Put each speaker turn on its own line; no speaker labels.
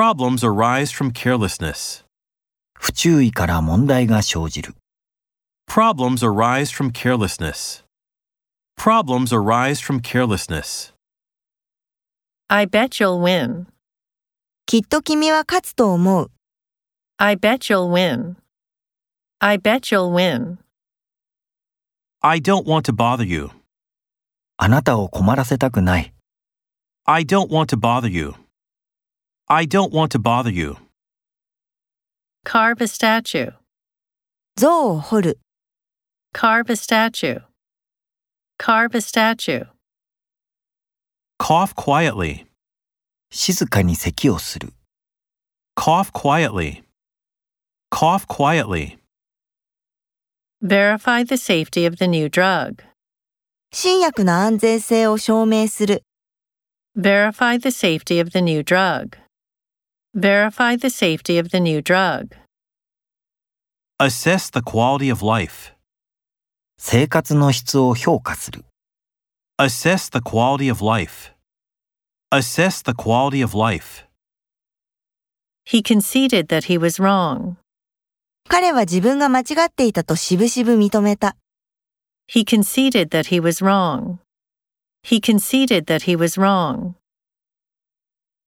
Problems arise from carelessness.
不注意から問題が生じる。
Problems arise from carelessness. Problems arise from carelessness.
I bet you'll win.
きっと君は勝つと思う。
I bet you'll win. I bet you'll win.
I don't want to bother you.
あなたを困らせたくない。
I don't want to bother you. I don't want to bother you.
Carve a statue.
像を掘る。
Carve a statue. Carve a statue.
Cough quietly.
静かに咳をする。
Cough quietly. Cough quietly.
Verify the safety of the new drug.
新薬の安全性を証明する。
Verify the safety of the new drug. Verify the safety of the new drug.
Assess the quality of life.
生活の質を評価する。
Assess the quality of life. Assess the quality of life.
He conceded that he was wrong.
彼は自分が間違っていたとしぶしぶ認めた。
He conceded that he was wrong. He conceded that he was wrong.